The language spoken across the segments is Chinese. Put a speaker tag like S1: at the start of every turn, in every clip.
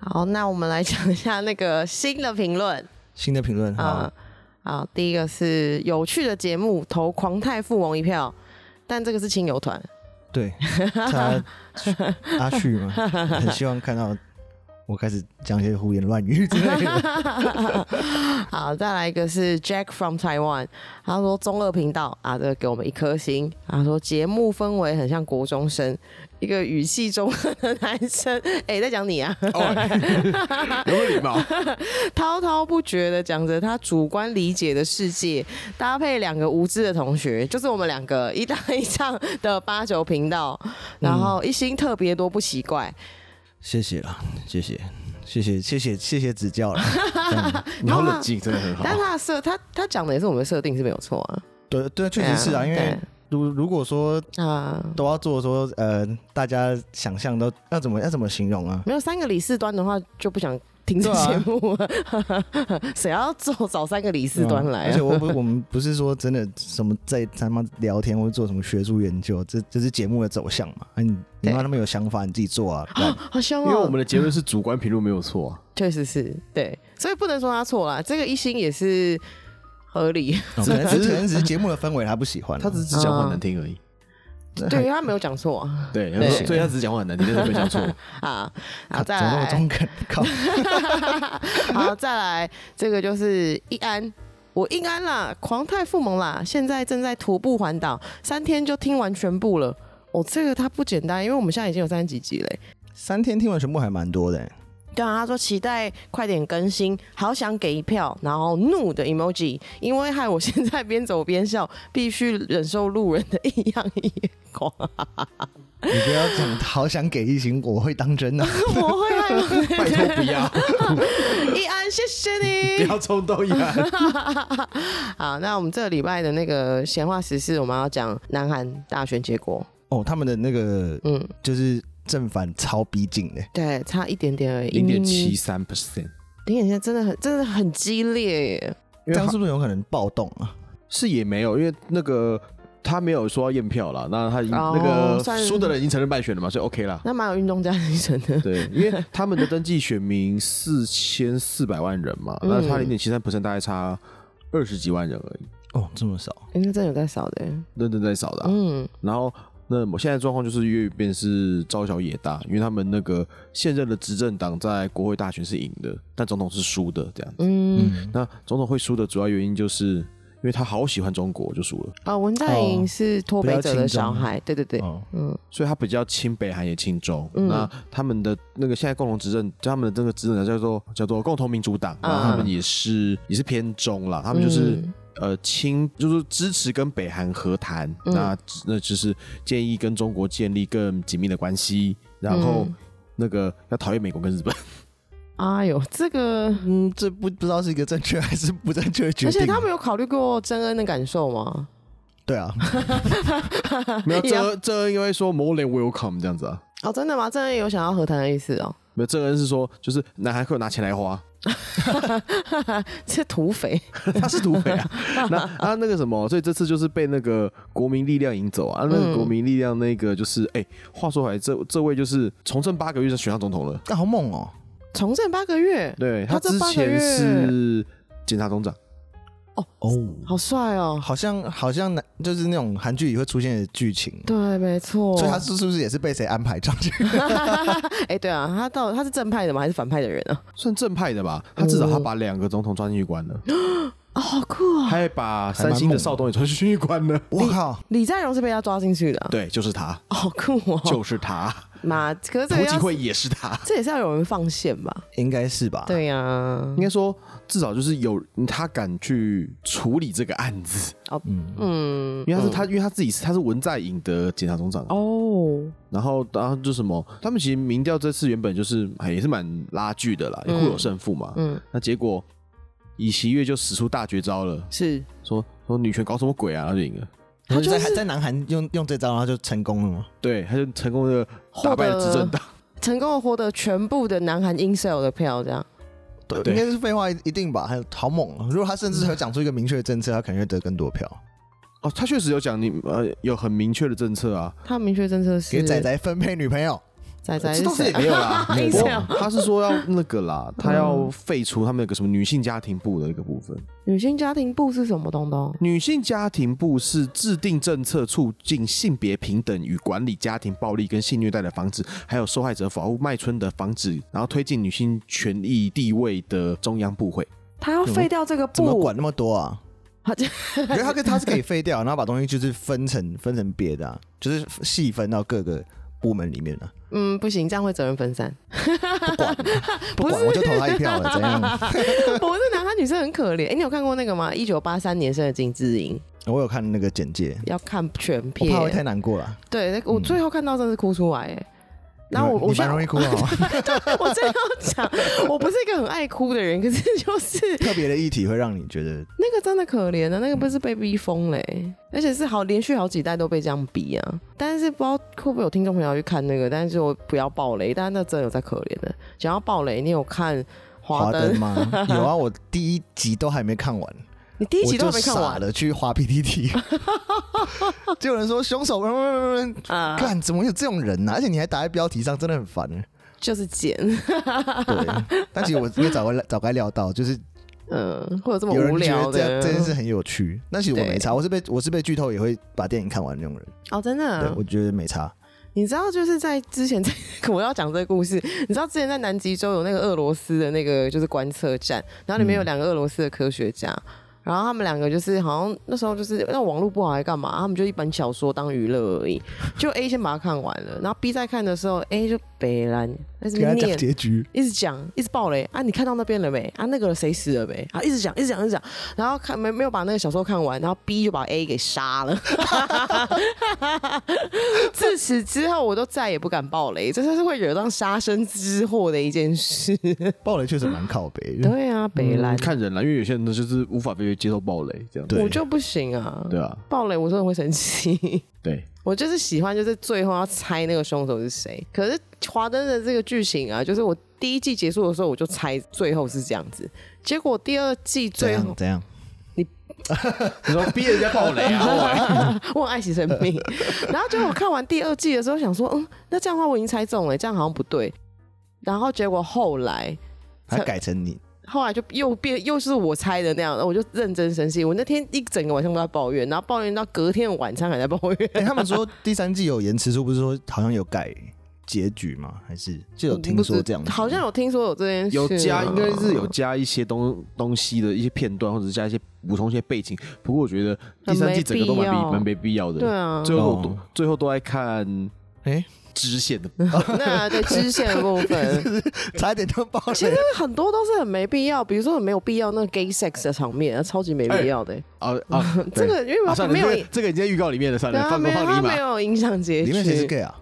S1: 好，那我们来讲一下那个新的评论
S2: 新的评论
S1: 啊
S2: 哈，
S1: 啊，第一个是有趣的节目，投狂泰富翁一票，但这个是亲友团，
S2: 对，他阿旭嘛，很希望看到我开始讲一些胡言乱语之类 的。
S1: 好，再来一个是 Jack from Taiwan，他说中二频道啊，这个给我们一颗星。他说节目氛围很像国中生，一个语气中二的男生，哎、在讲你啊，
S3: 哦，有没有礼貌？
S1: 滔滔不绝的讲着他主观理解的世界，搭配两个无知的同学，就是我们两个一搭一唱的八九频道，然后一星特别多，不奇怪。
S2: 嗯谢谢啦，谢谢，谢谢，谢谢，谢谢指教了。这样
S3: 你好冷静，真的很好
S1: 但。他的设他他讲的也是我们的设定是没有错啊，
S2: 对对，确实是
S1: 嗯
S2: 啊，因为如如果说
S1: 对啊。
S2: 都要做说，呃，大家想象都要怎么要怎么形容啊？
S1: 没有三个李四端的话，就不想听这
S2: 对啊
S1: 节目了。 谁、要做找三个李四端来、
S2: 嗯而
S1: 啊
S2: 且？我不，我们不是说真的什么在他妈聊天或者做什么学术研究，这这是节目的走向嘛？啊、你你
S1: 对
S2: 让他们有想法，你自己 做啊。不然
S1: 好凶
S3: 因
S1: 哦、
S3: 为我们的结论是主观评论没有错啊，
S1: 确实是对，所以不能说他错啦。这个一星也是合理，
S2: 可能只是可能只是节目的氛围他不喜欢啊，
S3: 他只是只讲话很难听而已。
S1: 对，因为他没有讲错啊
S3: 嗯对，
S1: 对
S3: 所以他只是讲话很难听，但是没讲 错。
S1: 啊。 好，
S2: 他
S1: 再
S2: 怎么那么
S1: 来，
S2: 中肯？靠，
S1: 好，再来，这个就是一安。我应安啦，狂泰复萌啦，现在正在徒步环岛，三天就听完全部了。哦，这个它不简单，因为我们现在已经有三十几集嘞、
S2: 三天听完全部还蛮多的、欸。
S1: 对啊，他说期待快点更新，好想给一票，然后怒的 emoji，因为害我现在边走边笑，必须忍受路人的异样 眼光。
S2: 你不要讲，好想给一星，我会当真 啊的、
S1: 我会害 怕
S3: 拜托不要，
S1: 一安，谢谢
S3: 不
S1: 你。
S3: 要冲动呀！
S1: 好，那我们这个礼拜的那个闲话时事，我们要讲南韩大选结果。
S2: 哦，他们的那个
S1: 嗯，
S2: 就是正反超逼近的、
S1: 对，差一点点而已，
S3: 零点七，三 percent
S1: 零点七，真的很，真的很激烈耶。
S2: 这样是不是有可能暴动啊？
S3: 是也没有，因为那个他没有说要验票啦，那他已经
S1: 哦
S3: 那
S1: 算
S3: 个
S1: 是
S3: 输的人已经承认败选了嘛，所以 OK 啦。
S1: 那蛮有运动家精神的。
S3: 对，因为他们的登记选民四千四百万人嘛，
S1: 嗯
S3: 那他零点七三 percent 大概差二十几万人而已，
S2: 哦，这么少，
S1: 应该真的有在少的耶。
S3: 认真在少的啊、
S1: 嗯，
S3: 然后，那我现在状况就是越狱变是招小野大，因为他们那个现任的执政党在国会大选是赢的，但总统是输的这样子。
S1: 嗯，
S2: 嗯，
S3: 那总统会输的主要原因就是因为他好喜欢中国就输了，
S1: 啊、文在寅
S2: 哦
S1: 是脱北者的小孩，对对对，
S2: 哦，
S1: 嗯，
S3: 所以他比较亲北韩也亲中。
S1: 嗯
S3: 那他们的那个现在共同执政，就他们的这个执政党叫做叫做共同民主党，
S1: 嗯
S3: 然后他们也是也是偏中啦，他们就是。
S1: 嗯
S3: 呃，亲就是支持跟北韩和谈，
S1: 嗯
S3: 那那就是建议跟中国建立更紧密的关系，然后、
S1: 嗯
S3: 那个要讨厌美国 跟日本，
S1: 哎呦，这个，
S2: 嗯，这不不知道是一个正确还是不正确的决
S1: 而
S2: 定。啊
S1: 且他们有考虑过真恩的感受吗？
S2: 对啊，
S3: 没有
S1: 也要
S3: 这这因为说 more than welcome 这样子啊，
S1: 哦，真的吗？真恩有想要和谈的意思哦，
S3: 没有这恩是说就是男孩会有拿钱来花，
S1: 这土匪
S3: 他是土匪 啊，那啊那个什么，所以这次就是被那个国民力量赢走啊，啊那
S1: 嗯
S3: 个国民力量那个就是哎、话说回来，这这位就是从政八个月就选上总统了，
S2: 那好猛哦，
S1: 从政八个月，
S3: 对
S1: 他这
S3: 之
S1: 八个
S3: 前
S1: 月
S3: 是检察总长，
S2: 哦，
S1: 好帅哦，
S2: 好像好像男就是那种韩剧里会出现的剧情，
S1: 对，没错。
S2: 所以他是是不是也是被谁安排上 去？
S1: 哎、对啊，他到他是正派的吗？还是反派的人啊？
S3: 算正派的吧，他至少他把两个总统抓进去关了。
S1: 哦，哎好酷啊！
S3: 还把三星的少东也抓去 关了。
S2: 我靠，
S1: 李在镕是被他抓进去的啊、
S3: 对，就是他，
S1: 哦好酷哦！
S3: 就是他，
S1: 妈，可是这嗯
S3: 胡
S1: 个
S3: 锦
S1: 要
S3: 会也是他。
S1: 这也是要有人放线吧？
S2: 应该是吧？，
S1: 对呀、
S3: 应该说，至少就是有他敢去处理这个案子，
S1: 嗯，
S3: 因为他是他，因为他自己是他是文在寅的检察总长，
S1: 哦，
S3: 然后然后就什么，他们其实民调这次原本就是哎也是蛮拉锯的啦，
S1: 嗯
S3: 互有胜负嘛。
S1: 嗯，
S3: 那结果尹锡悦就使出大绝招了，
S1: 是
S3: 说说女权搞什么鬼啊，然后就赢了。
S1: 他
S2: 他
S1: 就是
S2: 在在南韩用用这招，然后就成功了吗？
S3: 对，他就成功的打败了执政党。
S1: 成功的获得全部的南韩 Insel 的票，这样。
S2: 对，
S3: 对
S2: 应该是废话一定吧，还有好猛、哦！如果他甚至有讲出一个明确的政策，他可能会得更多票，
S3: 哦，他确实有讲你呃有很明确的政策啊，
S1: 他明确政策是
S2: 给仔仔分配女朋友。
S1: 仔仔
S3: 这
S1: 是
S3: 倒是
S1: 谁，
S3: 也？没有啦
S1: 硬是要
S3: 我他是说要那个啦，他要废除他们那个什么女性家庭部的一个部分。
S1: 女性家庭部是什么东东？
S3: 女性家庭部是制定政策，促进性别平等与管理家庭暴力跟性虐待的防止，还有受害者保护、卖春的防止，然后推进女性权益地位的中央部会。
S1: 他要废掉这个
S2: 怎么
S1: 部
S2: 管，那么多啊？
S1: 好 这
S2: 我觉得他跟他是可以废掉，然后把东西就是分成分成别的、啊，就是细分到各个部门里面了、
S1: 嗯，不行，这样会责任分散。
S2: 不 管不管，我就投他一票了，怎样？
S1: 我是男，他女生很可怜。哎、你有看过那个吗？一九八三年生的金智英，
S2: 我有看那个简介，
S1: 要看全
S2: 我
S1: 片
S2: 怕。会太难过了。
S1: 对，那个我最后看到真是哭出来哎。然后
S2: 你
S1: 我
S2: 蛮
S1: 我
S2: 你蛮容易哭啊，
S1: 我真要讲，我不是一个很爱哭的人，可是就是
S2: 特别的议题会让你觉得
S1: 那个真的可怜啊，那个不是被逼疯嘞、而且是好连续好几代都被这样逼啊。但是不知道会不会有听众朋友要去看那个，但是我不要暴雷，但是那真的有在可怜的。讲到暴雷，你有看华
S2: 华
S1: 灯？
S2: 灯吗？ 有啊，我第一集都还没看完，
S1: 你第一集都还
S2: 我
S1: 没
S2: 就
S1: 看
S2: 傻
S1: 完
S2: 了，去 滑 PPT，就有人说凶手，嗯
S1: 啊？
S2: 看怎么有这种人啊呢、而且你还打在标题上，真的很 烦。
S1: 就是剪，
S2: 对，但其实我也早该早该料到，就是
S1: 嗯，会有这么
S2: 有
S1: 无
S2: 人觉
S1: 聊
S2: 得这
S1: 的
S2: 样这件事很有趣，但其实我
S1: 对
S2: 没差，我是被我是被剧透也会把电影看完那种人，
S1: 哦，真的啊、
S2: 对我觉得没差。
S1: 你知道，就是在之前在 我要讲这个故事，你知道之前在南极洲有那个俄罗斯的那个就是观测站，然后里面
S2: 嗯
S1: 有两个俄罗斯的科学家。然后他们两个就是好像那时候就是那网络不好还干嘛？他们就一本小说当娱乐而已。就 A 先把它看完了，然后 B 在看的时候，A 就北兰在这
S2: 给他
S1: 边
S2: 讲
S1: 念，
S2: 结局，
S1: 一直讲，一直爆雷啊！你看到那边了没？啊，那个谁死了没？啊，一直讲，一直讲，一直讲，然后看没没有把那个小说看完，然后 B 就把 A 给杀了。 自此之后，我都再也不敢爆雷，这就是会惹上杀身之祸的一件事。
S2: 暴雷确实蛮靠北的。
S1: 对啊，北兰，
S3: 看人啦，因为有些人呢就是无法被接受暴雷这样。
S2: 对
S1: 嗯我就不行啊，
S3: 对啊，
S1: 爆雷我真的会生气。
S3: 对，
S1: 我就是喜欢，就是最后要猜那个凶手是谁。可是华灯的这个剧情啊，就是我第一季结束的时候，我就猜最后是这样子。结果第二季
S2: 怎
S1: 最后
S2: 样怎样？
S3: 你说逼人家暴雷 啊？
S1: 我很爱惜生命。然后结果我看完第二季的时候，想说，嗯，那这样的话我已经猜中了，这样好像不对。然后结果后来，
S2: 他改成 你
S1: 后来就又变又是我猜的那样，我就认真生气。我那天一整个晚上都在抱怨，然后抱怨到隔天晚餐还在抱怨。
S2: 哎、他们说第三季有延迟，是不是说好像有改结局吗？还是就有听说这样
S1: 不
S2: 子？
S1: 是好像有听说有这件事、啊
S3: 有加应该是有。加一些东东西的一些片段，或者是加一些补充一些背景。不过我觉得第三季整个都蛮
S1: 很没必要
S3: 没蛮没必要的。
S1: 对啊，
S3: 最后都
S2: 哦
S3: 最后都在看
S2: 哎、
S3: 支线 的，
S1: 那对支线的部分，
S2: 差一点就爆
S1: 其
S2: 雷
S1: 实。很多都是很没必要，比如说很没有必要那个 gay sex 的场面，超级没必要的、，
S3: 啊啊
S1: 这个因为
S3: 啊算了
S1: 没有
S3: 这个这个已经在预告里面了，算
S1: 对
S3: 了，
S1: 啊，
S3: 放
S1: 没
S3: 过
S1: 有
S3: 放
S1: 他
S3: 你一马
S1: 没。有影响结局。
S2: 里面谁是 gay 啊？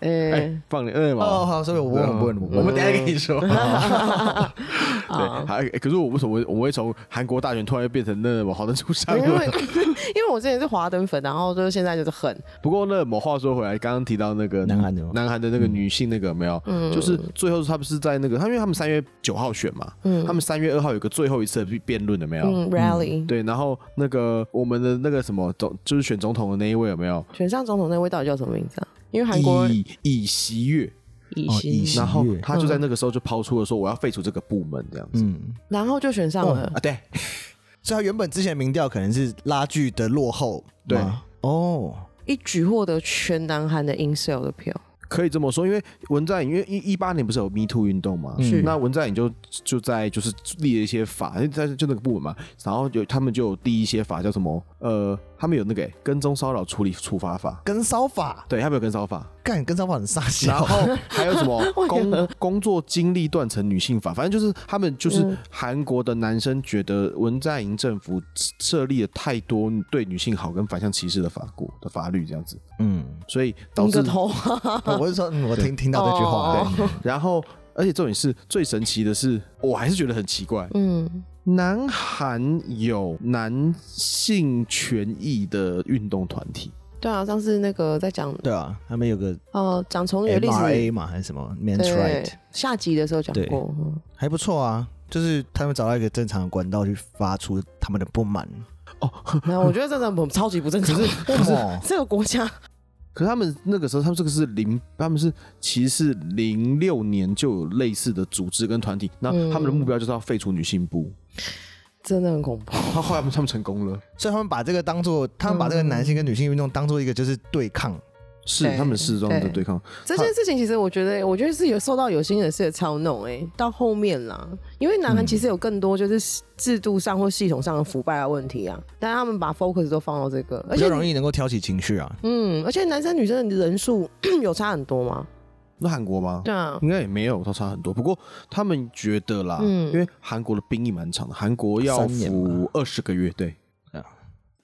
S1: 哎、
S3: 哎，放你二嘛。
S2: 哦，好，所以我问，我问，我
S3: 我
S2: 问，
S3: 们等一下跟你说。
S1: 啊
S3: 对，还、欸可是我为什么我们会从韩国大选突然变成那某华灯初上
S1: 因
S3: 呢？
S1: 为 因为我之前是华灯粉，然后就是现在就是恨，
S3: 不过那某话说回来，刚刚提到那个
S2: 南韩的吗
S3: 南韩的那个女性那个有没有，就是最后他们是在那个，他因为他们三月九号选嘛，他们三月二号有个最后一次的辩论有没有？
S1: 嗯，rally、
S3: 哦对，然后那个我们的那个什么总就是选总统的那一位有没有？
S1: 选上总统那位到底叫什么名字啊？因为韩国
S3: 以以席月，
S1: 以
S2: 哦
S1: 西
S2: 以，西
S3: 然后
S2: 月
S3: 他就在那个时候就抛出了说我要废除这个部门这样子、
S2: 嗯，
S1: 然后就选上了。
S3: 啊，对，
S2: 所以他原本之前民调可能是拉锯的落后吗，
S3: 对
S2: 哦，
S1: 一举获得全南韩的 incel 的票，
S3: 可以这么说，因为文在寅，因为一一八年不是有 Me Too 运动嘛，
S2: 是
S3: 那文在寅就就在就是立了一些法，在就那个部门嘛，然后就他们就有第一些法叫什么？呃，他们有那个、欸跟踪骚扰处理处罚法，
S2: 跟骚法，
S3: 对，他们有跟骚法，
S2: 干跟骚法很傻
S3: 然
S2: 笑，
S3: 后还有 什么工工作经历断层女性法，反正就是他们
S1: 嗯
S3: 就是韩国的男生觉得文在寅政府设立了太多对女性好跟反向歧视的法国的法律这样子，
S2: 嗯，
S3: 所以导
S1: 你
S3: 致
S1: 个头啊！
S2: 哦我是说，嗯我 听听到这句
S1: 哦
S2: 话，对，
S3: 然后，而且重点是最神奇的是，我还是觉得很奇怪，
S1: 嗯，
S3: 南韩有男性权益的运动团体，
S1: 对啊，上次那个在讲
S2: 对啊，他们有个
S1: 呃讲从女的历史，
S2: MRA 嘛，还是什么 Men's
S1: 对
S2: Right，
S1: 下集的时候讲
S2: 对
S1: 过，嗯
S2: 还不错啊，就是他们找到一个正常的管道去发出他们的不满，
S1: 没有，我觉得这种超级不正常。
S2: 不是
S1: 这个国家
S3: 可是他们那个时候，他们这个是零，他们是其实是零六年就有类似的组织跟团体，那他们的目标就是要废除女性部。
S1: 真的很恐怖。
S3: 他后来他们成功了，
S2: 所以他们把这个当做，他们把这个男性跟女性运动当做一个就是对抗，
S3: 是
S1: 对
S3: 他们是这样的对抗。
S1: 这件事情其实我觉得，我觉得是有受到有心人士的操弄哎、到后面啦，因为南韩其实有更多就是制度上或系统上的腐败的问题啊，但他们把 focus 都放到这个，而
S2: 比
S1: 且
S2: 较容易能够挑起情绪啊。
S1: 嗯，而且男生女生的人数 有差很多吗？
S3: 那韩国吗？
S1: 对啊，
S3: 应该也没有，它差很多。不过他们觉得啦，
S1: 嗯
S3: 因为韩国的兵役蛮长的，韩国要
S2: 三年
S3: 服二十个月，对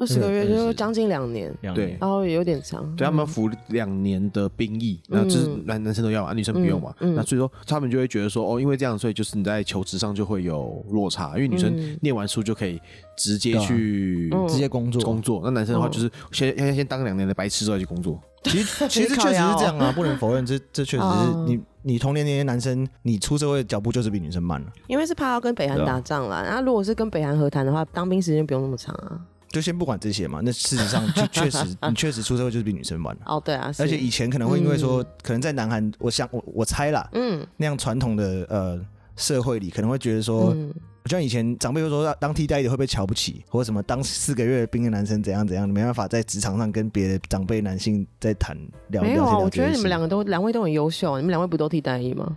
S1: 二十个月就将近两年，
S2: 两
S3: 对
S2: 年
S1: 然后也有点长。嗯
S3: 对，他们要服两年的兵役，那就是男男生都要嘛，女生不用嘛。
S1: 嗯嗯
S3: 那所以说他们就会觉得说，哦，因为这样，所以就是你在求职上就会有落差，因为女生念完书就可以直接
S2: 对啊
S3: 去
S1: 嗯
S2: 直接工作，
S3: 工作，那男生的话就是先先先当两年的白痴之后再去工作。
S2: 其 实其实确实是这样啊，不能否认，这这确实是
S1: 哦
S2: 你你童年那些男生，你出社会的脚步就是比女生慢了。
S1: 因为是怕要跟北韩
S2: 对啊
S1: 打仗啦，然后如果是跟北韩和谈的话，当兵时间不用那么长啊。
S2: 就先不管这些嘛，那事实上就 确实你确实出社会就是比女生慢了。
S1: 哦，对啊，是
S2: 而且以前可能会因为说，可能在南韩，我想我我猜啦，
S1: 嗯
S2: 那样传统的呃社会里，可能会觉得说，
S1: 嗯
S2: 就像以前长辈会说当替代役的会被瞧不起，或者什么当四个月的兵的男生怎样怎样，没办法在职场上跟别的长辈男性在谈聊。
S1: 没有啊，
S2: 聊天
S1: 我觉得你们两
S2: 个，
S1: 个都两位都很优秀，你们两位不都替代役吗？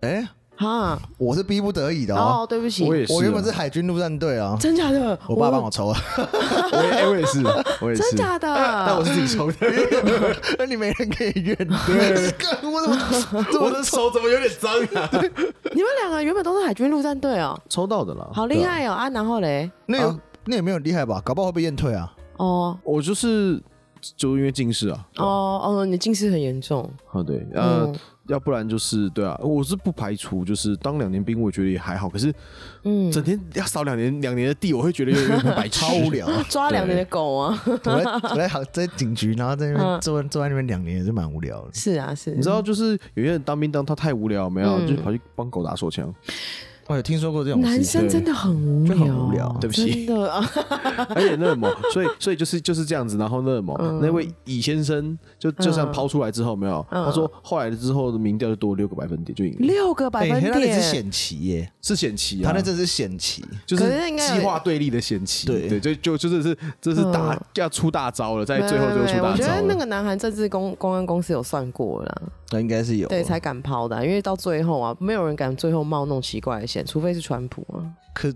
S2: 哎、
S1: 哈，
S2: 我是逼不得已的哦。
S1: 哦，对不起，
S3: 也
S2: 我原
S3: 啊
S2: 本是海军陆战队啊，
S1: 真假的，
S2: 我爸帮 我抽啊，
S3: 我也哎我也是，我也
S1: 真
S3: 是。
S1: 假
S3: 但我
S1: 的，啊
S3: 是自己抽的，
S2: 那你没人可以怨。对，干我怎么 这
S3: 我
S2: 么
S3: 的手怎么有点脏啊？
S1: 你们两个原本都是海军陆战队哦，
S3: 抽到的啦，
S1: 好厉害哦啊，然后嘞，
S2: 那有那也没有厉害吧？搞不好会被验退啊。
S1: 哦
S3: 我就是就因为近视啊，
S1: 哦哦，你近视很严重，
S3: 啊对，呃，
S1: 嗯
S3: 要不然就是对啊，我是不排除就是当两年兵，我觉得也还好，可是
S1: 嗯，
S3: 整天要扫两年两年的地，我会觉得有点白 痴，
S2: 超无。聊啊！
S1: 抓两年的狗啊，
S2: 我在我在行在警局，然后在那边
S1: 嗯
S2: 坐坐在那边两年也是蛮无聊的。
S1: 是啊是，
S3: 你知道，就是有些人当兵当他太无聊，有没有，
S1: 嗯哦
S3: 就跑去帮狗打手枪。
S2: 哦我有听说过这种
S1: 男
S2: 事，
S1: 生真的很无
S2: 就
S1: 聊，
S2: 很无聊
S3: 对不起
S1: 真的啊，
S3: 而且那么，所以所以就是就是这样子。然后那么、
S1: 嗯
S3: 那位乙先生就就这样
S1: 嗯
S3: 抛出来之后，有没有、
S1: 嗯
S3: 他说后来之后的民调就多六个百分点就赢了，
S1: 六个百
S2: 哎，
S1: 分
S2: 他那
S1: 点
S2: 是，险棋耶，
S3: 是险棋啊。
S2: 他那真是险棋。
S3: 就
S1: 可是应该有
S3: 激化对立的险棋，
S2: 对
S3: 对，就就就真的是这是打、
S1: 嗯
S3: 要出大招了，在
S1: 没
S3: 最后就
S1: 没
S3: 出
S1: 我
S3: 大
S1: 觉
S3: 招
S1: 得
S3: 了。
S1: 那个南韩政治公公安公司有算过了啦，
S2: 那应该是有，
S1: 对，才敢抛的啊、因为到最后啊，没有人敢最后冒那种奇怪的险，除非是川普啊，
S2: 可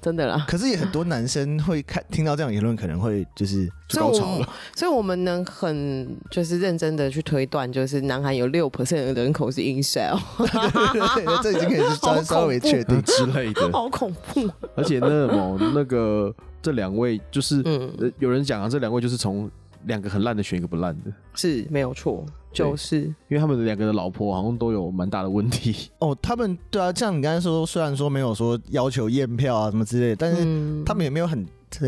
S1: 真的啦。
S2: 可是也很多男生会看听到这样的言论，可能会就是
S1: 所以我们，所以我们能很就是认真的去推断，就是南韩有六 percent 的人口是 i n s e l
S2: 这已经可以 是
S1: 好
S2: 稍
S1: 恐怖
S2: 稍微确定。
S3: 之 类的，
S1: 好恐怖。啊
S3: 而且那某那个这两位就是、
S1: 嗯，
S3: 呃有人讲啊，这两位就是从两个很烂的选一个不烂的，
S1: 是没有错，就是
S3: 因为他们的两个的老婆好像都有蛮大的问 题。
S2: 哦，他们对啊，像你刚才说，虽然说没有说要求验票啊什么之类的，但是
S1: 嗯，
S2: 他们也没有很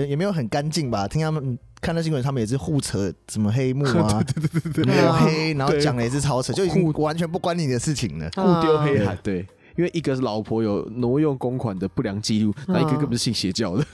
S2: 也没有很干净吧？听他们看那新闻，他们也是互扯什么黑幕啊，
S1: 对
S2: 抹
S1: 啊
S2: 黑，然后
S3: 对
S2: 讲的也是超扯，就已经完全不关你的事情了。
S1: 啊
S3: 互丢黑函，对。因为一个是老婆有挪用公款的不良记录，那一个根本是信邪教 的。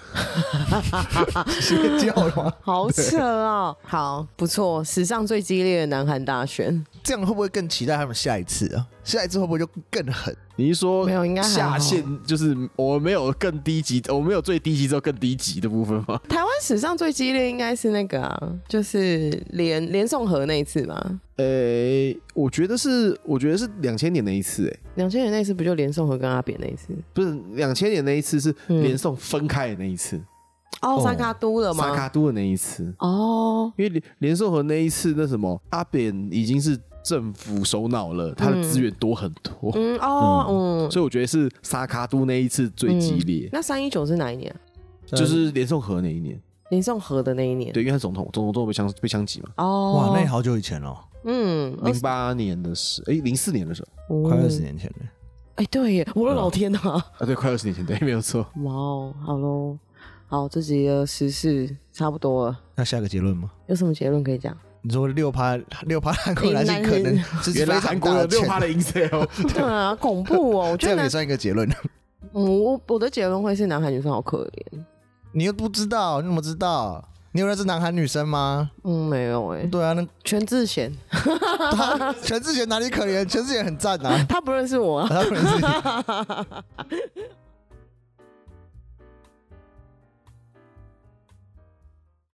S2: 邪教吗？
S1: 好扯哦。好，不错，史上最激烈的南韩大选，
S2: 这样会不会更期待他们下一次啊？下一次会不会就更狠？
S3: 你是说
S1: 没有应该还好
S3: 下线就是我们没有更低级，我们没有最低级之后更低级的部分吗？
S1: 台湾史上最激烈应该是那个啊，就是连连宋和那一次吧。
S3: 呃、我觉得是，我觉得是两千年那一次、哎，
S1: 两千年那一次不就连宋和跟阿扁那一次？
S3: 不是两千年那一次是
S1: 嗯
S3: 连宋分开的那一次，
S1: 哦，萨卡都了
S3: 马
S1: 吗？
S3: 卡都的那一次。
S1: 哦，
S3: 因为连连宋和那一次那什么，阿扁已经是政府首脑了，他的资源多很多，
S1: 嗯，哦，嗯，
S3: 所以我觉得是沙卡都那一次最激烈，
S2: 嗯
S1: 那三一九是哪一年啊？
S3: 就是连宋和那一年，
S1: 林宋和的那一年。
S3: 对，因为他是总统，总统都被枪被枪击嘛，
S1: 哦，
S2: 哇，那也好久以前了，
S1: 嗯，
S3: 零八年的时，哎，零四年的时候
S2: 快
S1: 快
S2: 二十。年前了。
S1: 哎，对耶，我的老天呐！
S3: 啊，对，快二十年前，对，没有错，
S1: 哇哦，好喽，好，这集的时事差不多了，
S2: 那下个结论吗？
S1: 有什么结论可以讲？
S2: 你说六趴 六趴韩国男性可能 是
S3: 原
S2: 非
S3: 来
S2: 常
S3: 韩国
S2: 大
S3: 有
S2: 的
S3: 六
S2: 欠
S3: 趴的哦 Excel，
S1: 对啊，恐怖哦！我
S2: 这
S1: 觉 得
S2: 样也
S1: 男，
S2: 算一个结 论。
S1: 嗯我我的结论会是男孩女生好可怜。
S2: 你又不知道，你怎么知道？你有认识南韩女生吗？
S1: 嗯，没有哎、
S2: 对啊，那
S1: 全智贤，
S2: 他 全智贤哪里可怜？全智贤很赞啊
S1: 他不认识我啊。
S2: 他不认识你。